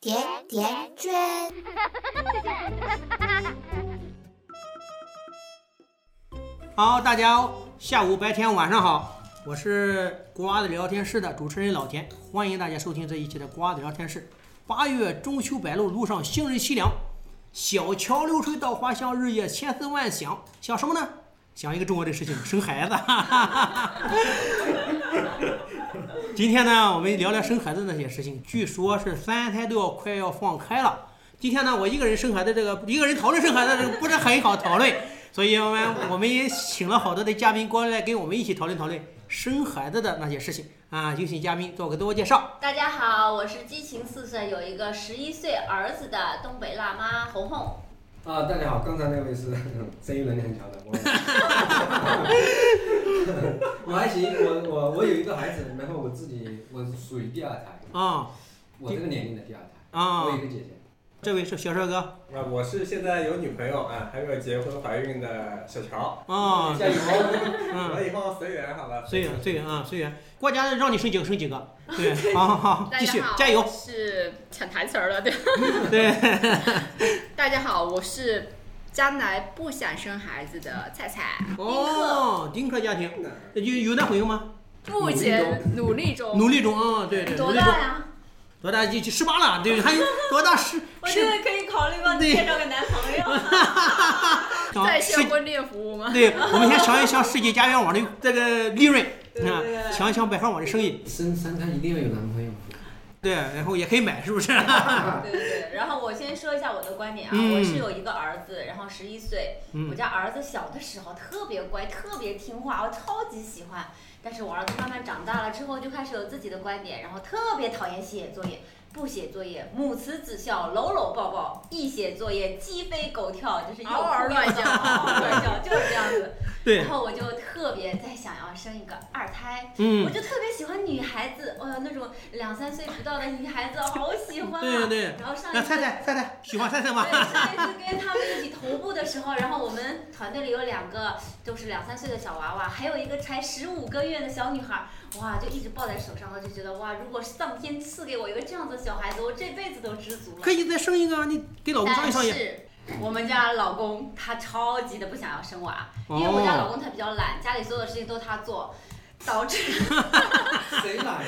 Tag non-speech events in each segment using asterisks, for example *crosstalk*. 甜甜圈。好，大家下午、白天、晚上好，我是瓜子聊天室的主持人老田，欢迎大家收听这一期的瓜子聊天室。八月中秋白露，路上行人凄凉，小桥流水稻花香，日夜千思万想，想什么呢？想一个重要的事情，生孩子。 *laughs* 今天呢，我们聊聊生孩子那些事情。据说是三胎都要快要放开了。今天呢，我一个人生孩子这个，一个人讨论生孩子这个不是很好讨论，所以我们 *laughs* 我们也请了好多的嘉宾过来跟我们一起讨论讨论生孩子的那些事情啊。有请嘉宾做个自我介绍。大家好，我是激情四射，有一个十一岁儿子的东北辣妈红红。啊，大家好，刚才那位是 *laughs* 生育能力很强的，我 *laughs* 我还行，我我我有一个孩子，然后我自己我是属于第二胎，啊我这个年龄的第二胎，啊我有一个姐姐，这位是小帅哥啊，我是现在有女朋友啊，还没有结婚怀孕的小乔。啊，*laughs* 加油！嗯，我以后随缘好嗯了。随缘随缘啊随缘，国家让你生几个生几个，对，好好 *laughs* 好，继续加油，是抢台词儿了，对。对，大家好，我是将来不想生孩子的菜菜，哦，丁克家庭，有有男朋友吗？目前努力中。努力中啊，对对，努多力中大。呀？多大？就就十八了，对， *laughs* 还有多大？十我觉十得可以考虑帮你对介绍个男朋友。在十线婚恋服务吗？啊对，我们先想一想世纪佳缘网的这个利润啊，想一想百合网的生意，生三胎一定要有男朋友，对，然后也可以买，是不 *laughs* 是？对对对，然后我先说一下我的观点啊，嗯我是有一个儿子，然后十一岁，嗯我家儿子小的时候特别乖，特别听话，我超级喜欢。但是我儿子慢慢长大了之后，就开始有自己的观点，然后特别讨厌写作业，不写作业，母慈子孝，搂搂抱抱；一写作业，鸡飞狗跳，就是又哭嗷嗷乱又叫闹嗷嗷乱叫，就是这样子。对然，后我就特别在想要生一个二胎，我嗯，就特别喜欢女孩子，哎呦那种两三岁不到的女孩子，好喜欢对啊！对然后上一那次菜，菜菜菜喜欢菜菜吗？对，上一次跟他们一起徒步的时候，然后我们团队里有两个就是两三岁的小娃娃，还有一个才十五个月的小女孩，哇，就一直抱在手上，我就觉得哇，如果上天赐给我一个这样的小孩子，我这辈子都知足了可。以再生一个啊，你给老公商但议商议。是我们家老公他超级的不想要生娃，因为我家老公他比较懒，家里所有的事情都他做，导致。 *laughs* 谁懒啊？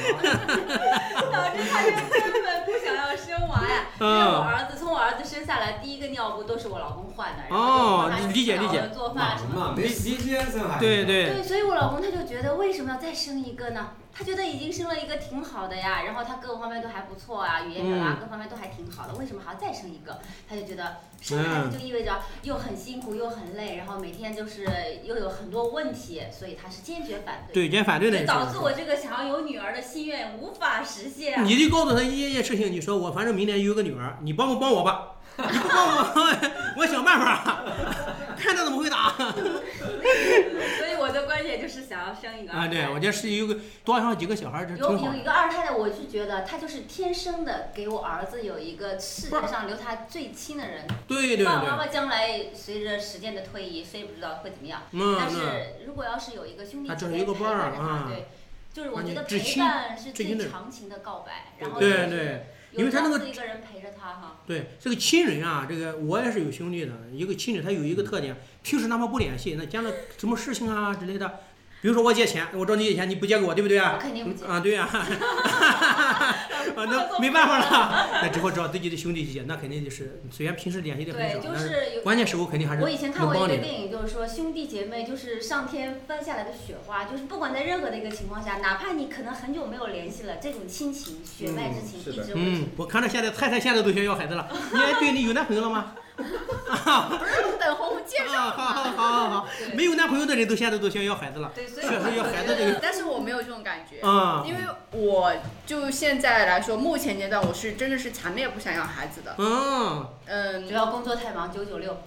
导致他就根本不想要生娃呀。嗯因为我儿子从我儿子生下来，第一个尿布都是我老公换的，然后就我帮他哦理解洗澡理解做饭啊懒什么的。嘛，没时间生孩子，啊对，对对，所以我老公他就觉得为什么要再生一个呢？他觉得已经生了一个挺好的呀，然后他各个方面都还不错啊，语言表嗯达各方面都还挺好的，为什么还要再生一个？他就觉得生孩子就意味着又很辛苦又很累，然后每天就是又有很多问题，所以他是坚决反对。对，人家反对的就人导致我这个想要有女儿的心愿无法实现啊。你就告诉他一件事情，你说我反正明年有个女儿，你帮不帮我 *laughs* 吧？你不帮我，我想办法，看他怎么回 *laughs* 答所以我的观点就是想要生一个啊！二胎对，我觉得是有个多上几个小孩儿，这有挺好有。一个二胎的，我是觉得他就是天生的，给我儿子有一个世界上留他最亲的人。对对爸爸对妈，妈将来随着时间的推移，谁也不知道会怎么样。嗯但嗯，是如果要是有一个兄弟啊姐这是妹一个陪伴儿伴着他，啊对，就是我啊觉你得至陪亲伴是至亲的最人长情的告白，然后对对也对。有因为他那个这样子一个人陪着他哈。对这个亲人啊，这个我也是有兄弟的。一个亲人他有一个特点，平时哪怕不联系，那将来什么事情啊之类的，比如说我借钱，我找你借钱，你不借给我，对不对我啊？肯定不接，啊，对 *laughs* 呀、啊，那没办法了，那只好找自己的兄弟去借，那肯定就是虽然平时联系的很对，少，就但是是有关键时候肯定还是我以前看过一能个帮你的电影，就是说兄弟姐妹就是上天翻下来的雪花，就是不管在任何的一个情况下，哪怕你可能很久没有联系了，这种亲情、血脉之情嗯是一的直维持嗯。，我看着现在太太现在都想要孩子了，你哎，对你有男朋友了 *laughs* 吗？不是等红红介啊，好好绍吗？好好好，没有男朋友的人都现在都想要孩子了，对，所以确实要我孩觉子这得个但是我没有这种感觉。啊，因为我就现在来说，目前阶段我是真的是强烈不想要孩子的。嗯，嗯主，要工作太忙，九九六。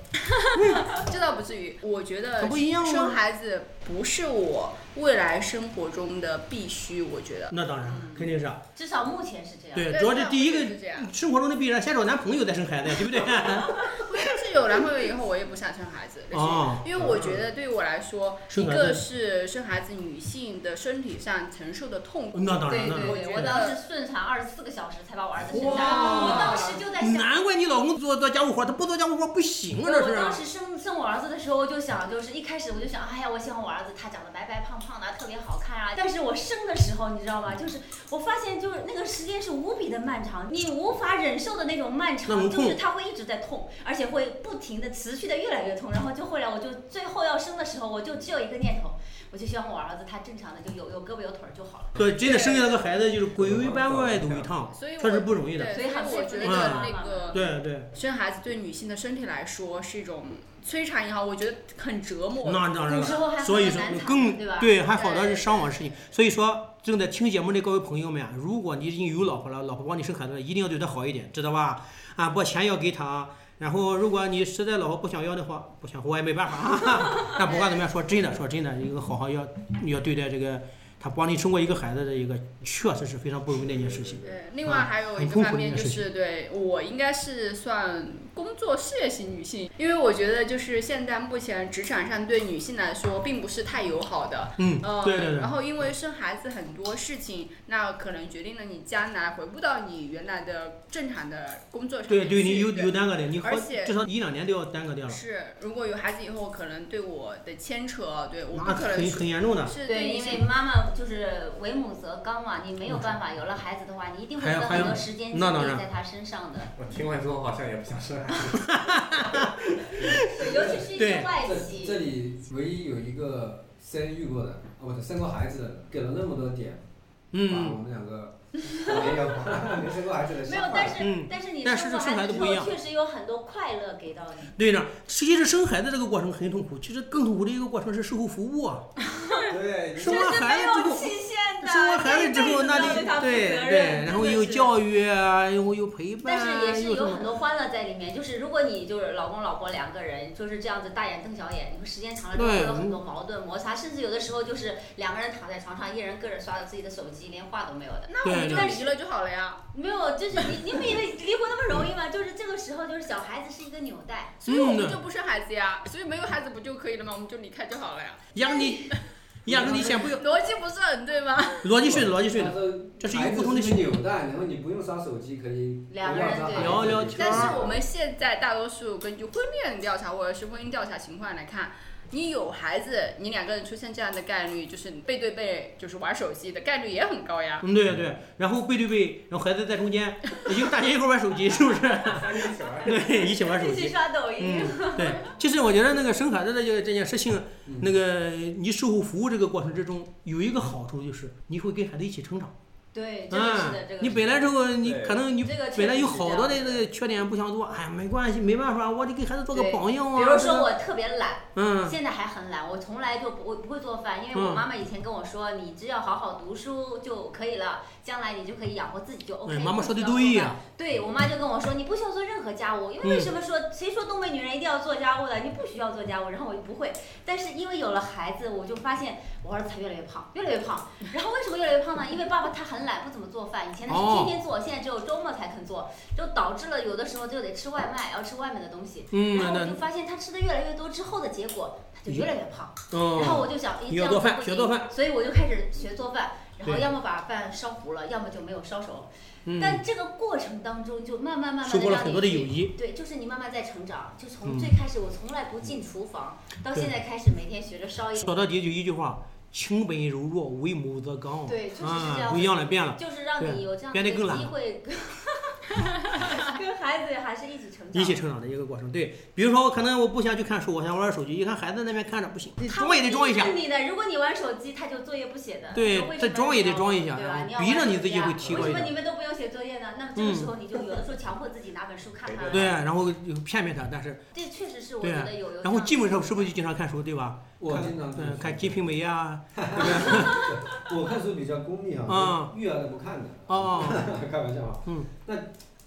这倒不至于。我觉得可不一样吗生孩子不是我未来生活中的必须，我觉得。那当然肯定是啊。至少目前是这样。对，主要这是第一个是这样。生活中的必然，先找男朋友再生孩子，对不 *laughs* 对？但是有男朋友以后，我也不想生孩子。但是哦，因为我觉得对于我来说，生一孩个子是生孩子女性的身体上承受的痛苦，那当然，对那当对然对，我当时顺产二十四个小时才把我儿子生下来，哇我当时在想，难怪你老公做做家务活，他不做家务活不行啊，我我这当是。时生生我儿子的时候，我就想，就是一开始我就想，哎呀，我喜欢我儿子，他长得白白胖胖的，特别好看啊。但是我生的时候，你知道吗？就是我发现，就是那个时间是无比的漫长，你无法忍受的那种漫那长，种就痛是他会一直在痛，而且会不停的、持续的越来越痛。然后就后来，我就最后要生的时候，我就只有一个念头，我就希望我儿子他正常的就有有胳膊有腿儿就好了。对，真的生下来个孩子就是鬼尾巴外走一趟，所以我他是不容易的。对，所所以以还是我觉得不能那个对对，生孩子对女性的身体来说是一种摧残也好，我觉得很折磨。那当然有时候还了，很所以说难产更对吧还好多是伤亡事情。所以说，正在听节目的各位朋友们啊，如果你已经有老婆了，老婆帮你生孩子了，一定要对她好一点，知道吧？啊，把钱要给她。然后，如果你实在老婆不想要的话，不想我也没办法啊。 *laughs* 但不管怎么样，说真的，说真的，一个好好要要对待这个，她帮你生过一个孩子的一个，确实是非常不容易的一件事情。对，另外还有一很个痛苦方的一面件就事是，对我应该是算工作事业型女性，因为我觉得就是现在目前职场上对女性来说并不是太友好的。嗯，呃对对对然，后因为生孩子很多事情，那可能决定了你将来回不到你原来的正常的工作上对面对，你去有对有耽搁的，你好而且至少一两年都要耽搁掉了，是，如果有孩子以后，可能对我的牵扯，对我那不可能很是很严重的。是对，你因为妈妈就是为母则刚嘛，你没有办法，有了孩子的话，你一定会还有有很多时间精那当力然在他身上的。我听完之后好像也不 *laughs* 想生孩子。对，尤其是一些对外这企，这里唯一有一个生育过的，啊不对，生过孩子的，给了那么多点，把嗯我们两个没有 *laughs* 没生过孩子的没有想，法但。是、嗯。但是你但生是过生孩孩子子之不一后，样确实有很多快乐给到你。对呢，其实生孩子这个过程很痛苦，其实更痛苦的一个过程是售后服务啊。对，生完孩子之后，期限生完孩子之后，那得对对，然后又教育啊，又又陪但是也伴，是又什有很么。多欢乐在里面，就是如果你就是老公老婆两个人就是这样子大眼瞪小眼，你们时间长了之后会对有很多矛盾摩擦，甚至有的时候就是两个人躺在床上，一人个人刷着自己的手机，连话都没有的。那我们对就对离了就好了呀。没有，就是你你们以为离婚那么容易吗？就是这个时候就是小孩子是一个纽带，所以我嗯对们就不生孩子呀，所以没有孩子不就可以了吗？我们就离开就好了呀。压根 *laughs* 你，压根你先不要，逻辑不是很对吗？逻辑顺，逻辑顺的。这这是一个不同的是情纽带，然后你不用刷手机，可以两个人围绕着对孩子聊聊天啊但儿是我们现在大多数根据婚恋调查或者是婚姻调查情况来看，你有孩子，你两个人出现这样的概率，就是背对背就是玩手机的概率也很高呀。嗯，对对，然后背对背，然后孩子在中间，一个大家一块儿玩手机，是 *laughs* 不是？三个一起玩。对，一起 *laughs* 玩手一起机。刷抖音。嗯， *laughs* 对，其实我觉得那个生孩子的这个这件事情，嗯那个你售后服务这个过程之中，有一个好处就是你会跟孩子一起成长。对，这个是的，这嗯个，你是本的来之后，你对可能你这个确本来实有是好这多样的这个缺点不想做，哎，没关系，没办法，我得给孩子做个对榜样啊。比如是吧说我特别懒，嗯，现在还很懒，我从来就不我不会做饭，因为我嗯妈妈以前跟我说，你只要好好读书就可以了，将来你就可以养活自己就 OK 哎，不需要做饭。妈妈说的对呀、对我妈就跟我说，你不需要做任何家务，因为为什么说谁说东北女人一定要做家务的？你不需要做家务，然后我就不会。但是因为有了孩子，我就发现我儿子他越来越胖，越来越胖。然后为什么越来越胖呢？因为爸爸他很懒，不怎么做饭，以前他是哦天天做，现在只有周末才肯做，就导致了有的时候就得吃外卖，要吃外面的东西。嗯，然后我那就发现他吃的越来越多之后的结果，他就越来越胖。然后哦，我就想，诶哎你这要样做子饭不学行做饭所以我就开始学做饭，然后对要么把饭烧糊了，要么就没有烧熟。嗯，但这个过程当中，就慢慢慢慢收的获让了你很多的去友谊。对，就是你慢慢在成长，就嗯从最开始我从来不进厨房，到现在开始每天学着烧一，说到底就一句话：清本柔弱，为母则刚。对，就是这啊，样不一子，样了，变了，就是让你有这样的变一得更个懒机了会， *laughs* 跟孩子还是一起成长，一起成长的一个过程。对，比如说我可能我不想去看书，我想玩手机，一看孩子那边看着不行，他装也得会装一下逼。着你的，如果你玩手机，他就作业不写的。对那为什这么装你也得要装一下对然吧？后你逼要着玩你手自己机啊会提高为一什么点你们都不用写作业呢？那么这个嗯时候你就有的时候强迫自己拿本书看看。对，啊然后就骗骗他，但是这确实是我对觉啊得有有这样的。然后基本上是不是就经常看书，对吧？我看经常嗯，看《看金瓶梅》呀，书，我看书比较功利啊啊，育儿的不看的。 *laughs* 哦，开玩笑啊。嗯。那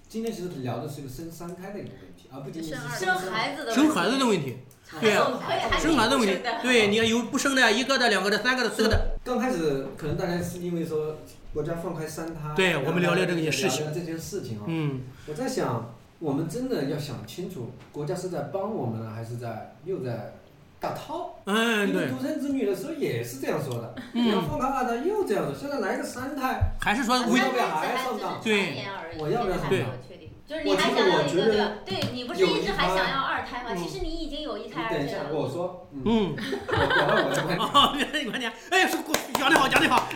今天其实聊的是一个生三胎的一个问题，而不仅仅是生孩子的生问孩题子的问题，对对啊啊，可以还是生孩子问题生的，对，你看有不生的，一个的、两个的、三个的、四个的，刚开始可能大家是因为说国家放开三胎，对然后我们聊聊这件事情聊聊这件事情啊、嗯，我在想，我们真的要想清楚，国家是在帮我们，还是在又在打套？嗯，因为对，独生子女的时候也是这样说的，嗯然后放开二胎又这样说，现在来个三胎，还是说三为胎只是我要不要孩子孩子呢只是传言而已我要不要现在还对没有确定就是你还我想觉得要我一觉个对吧得？对你不是有一一直还胎想要二胎吗？嗯其实你已经有一你胎而等一且下跟我说，嗯，嗯，我表达我的观点，哦，原来你观点，哎，说讲得好，讲得好，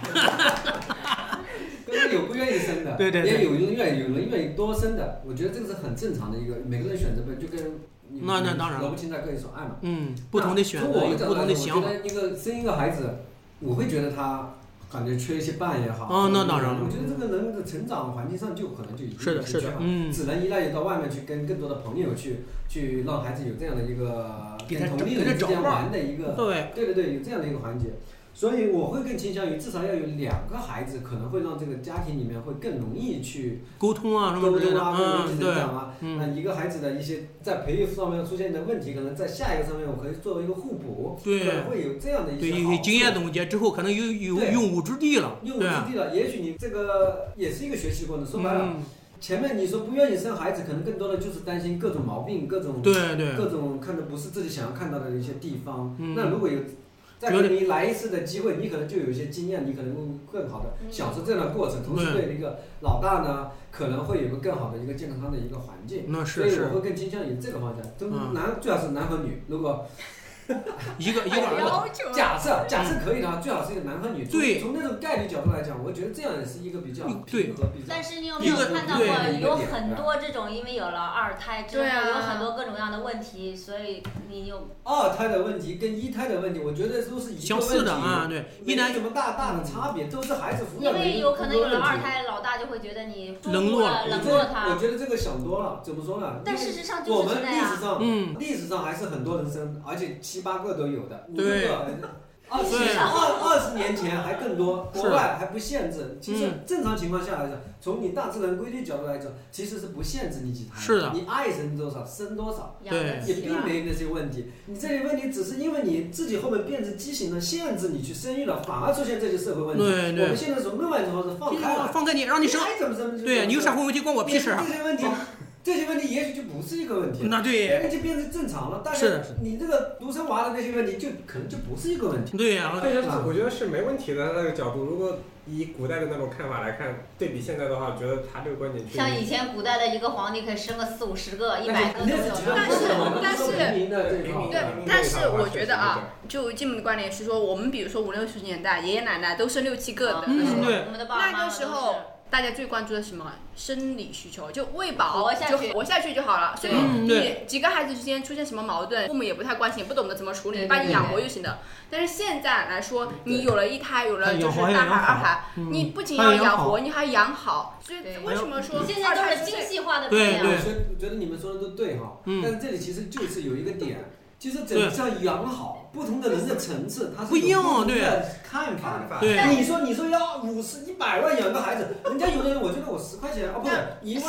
跟着有不愿意生 *laughs* 的，对对对也有人愿意，有人愿意多生的，我觉得这个是很正常的一个，每个人选择呗，就跟你那那当然萝卜青菜各有所爱嘛。嗯，不同的选择，从我有的角不度来同的说，我觉想法，得一个生一个孩子，我会觉得他感觉缺一些伴也好。哦那当然了我觉得这个人的成长环境上就可能就已经是有的，些是缺的憾，嗯，只能依赖于到外面去跟更多的朋友去去让孩子有这样的一个给他跟找同龄给他人之找间伴儿玩的一个，对，对对对，有这样的一个环节。所以我会更倾向于至少要有两个孩子，可能会让这个家庭里面会更容易去沟通啊什么沟之类通的，啊，更容易嗯，去对成，长啊。那嗯，一个孩子的一些在培育上面出现的问题，可能在下一个上面我可以作为一个互补，可对能，会有这样的一对，些有好些处经验总结之后，可能有有对用武之地了，用武对啊，之地了。也许你这个也是一个学习过程，说白了，嗯，前面你说不愿意生孩子，可能更多的就是担心各种毛病，各种对对，各种看的不是自己想要看到的一些地方。嗯那如果有再觉得给你来一次的机会，你可能就有一些经验，你可能会更好的嗯享受这样的过程，同时对对一个老大呢，可能会有个更好的一个健康的一个环境。那是嗯所以我是会更倾向于这个方向，都嗯男最好是男和女。如果一个一还个有儿子，要求啊，假设假设可以的话，最好是一个男和女。从嗯对从那种概率角度来讲，我觉得这样也是一个比较嗯对平和比较但。是你有没一有个看到对过一个有点很啊多这种，因为有了二胎之后，对啊有很多各种各样的问题，所以你有二胎的问题跟一胎的问题，我觉得都是一个相问题。似的啊，对，一没男什么大大的差别，都是孩子抚因养的为一有个可问能题。有了二胎，老大就会觉得你忽冷略落了我冷这落我他，觉得这个想多了，怎么说呢？但事实上我就是们这历史样。上，嗯，历史上还是很多人生，而且七八个都有的，五六对 *laughs* 个。二十对二二十年前还更多，是国外还不限制。其实嗯正常情况下来讲，从你大自然规律角度来讲，其实是不限制你几胎。是的你爱生多少生多少，养得对也起并了没那些问题。你这些问题只是因为你自己后面变成畸形了，限制你去生育了，反而出现这些社会问题。对我们对，现在从另外一种方式放开了，放开你，让你生，爱怎么生就怎对么你有生啥婚问题关我屁事啊，这些问题，这些问题也许就不是一个问题了，那对。那就变成正常了。但是的是你这个独生娃的那些问题，就可能就不是一个问题。对啊呀、但啊是我觉得是没问题的那个角度，如果以古代的那种看法来看，对比现在的话，我觉得他这个观点确像实以前古代的一个皇帝可以生个四五十个、一但百是个你都有那是极端呢。部但是分我们但说是平民的这一平民套的对嗯，但是我觉得嗯啊，就进门的观点是说，我们比如说五六十年代，爷爷奶奶都生六七个的，嗯对我们的爸爸妈那妈个都时是候大家最关注的是什么？生理需求，就喂饱，活下就去活下去就好了。所以嗯你对几个孩子之间出现什么矛盾，父母也不太关心，也不懂得怎么处对理，对把你养对活就行了。但是现在来说，你对有了一胎，有了养就是活还大要孩养二好孩，嗯你不仅还要要养养好活，你还养好。所以对为什么说现在都二胎是之精内细化的对培养对我，觉得觉得你们说的都对哈，嗯但是这里其实就是有一个点，其实整项养好，不同的人的层次，他是不一样有对的看法看的。法对你说你说要五十一百万养个孩子，人家有的人我觉得我十块钱啊，不是一万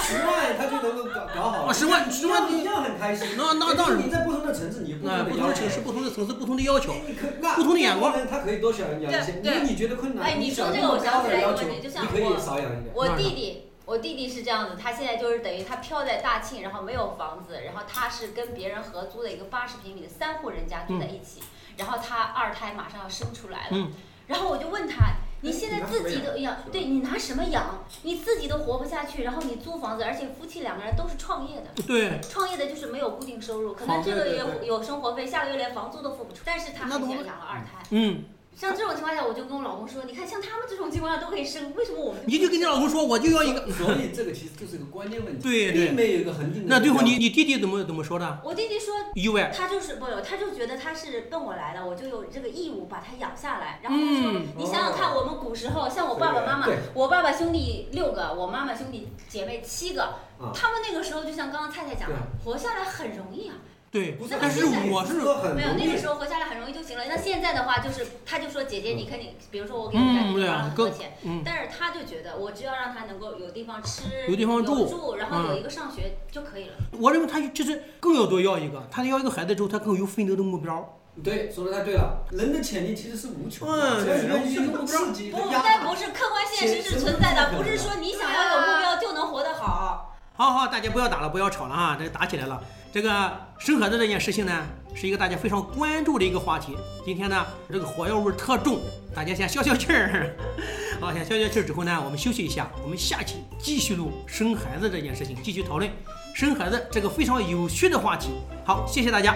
十万他就能够搞搞好啊，了。十万十万你一样很开心。那那当然你在不同的层次，你有不那同的不要同的求城。市、不同的层次、不同的要求，你可那不同的眼光，他可以多想养一些。如对果你觉得困难，哎你说想这那个么我想高起的来一个要问求，题就像你可以少养一点。我弟弟，我弟弟是这样子，他现在就是等于他飘在大庆，然后没有房子，然后他是跟别人合租的一个八十平米的三户人家住在一嗯起，然后他二胎马上要生出来了，嗯然后我就问他。你现在你拿自己什么都养，对你拿什么养？你自己都活不下去，然后你租房子，而且夫妻两个人都是创业的，对，创业的就是没有固定收入，可能房这个月对对有生活费，下个月连房租都付不出，但是他还那是怎么养了二胎。嗯，像这种情况下，我就跟我老公说，你看像他们这种情况下都可以生，为什么我们你就跟你老公说，我就要一个，所以这个其实就是一个关键问题，对对。并没有一个恒定的目标。那最后你你弟弟怎么怎么说的？我弟弟说意外，他就是不有，他就觉得他是奔我来的，我就有这个义务把他养下来。然后他说，嗯你想想看，我们古时候，像我爸爸妈妈对，我爸爸兄弟六个，我妈妈兄弟姐妹七个，嗯他们那个时候就像刚刚菜菜讲的，活下来很容易啊，对不，但是我是说很没有容那个易时候活下来很容易就行了。那现在的话就是，他就说姐姐，你看你，比如说我给你感嗯嗯对觉啊花了很多更钱，嗯，但是他就觉得我只要让他能够有地方吃，有地方住住，然后有嗯一个上学就可以了。我认为他就是更要多要一个，他要一个孩子之后，他更有奋斗的目标。对，说的太对了，人的潜力其实是无穷嗯的，只要你愿意去对刺激、不，压但迫不是客观现实是存在的，不是说你想要有目标就能活得好。好好，大家不要打了，不要吵了啊，这打起来了。这个生孩子这件事情呢，是一个大家非常关注的一个话题。今天呢，这个火药味儿特重，大家先消消气儿。 *laughs* 好，想消消气儿之后呢，我们休息一下，我们下期继续录生孩子这件事情，继续讨论生孩子这个非常有趣的话题。好，谢谢大家，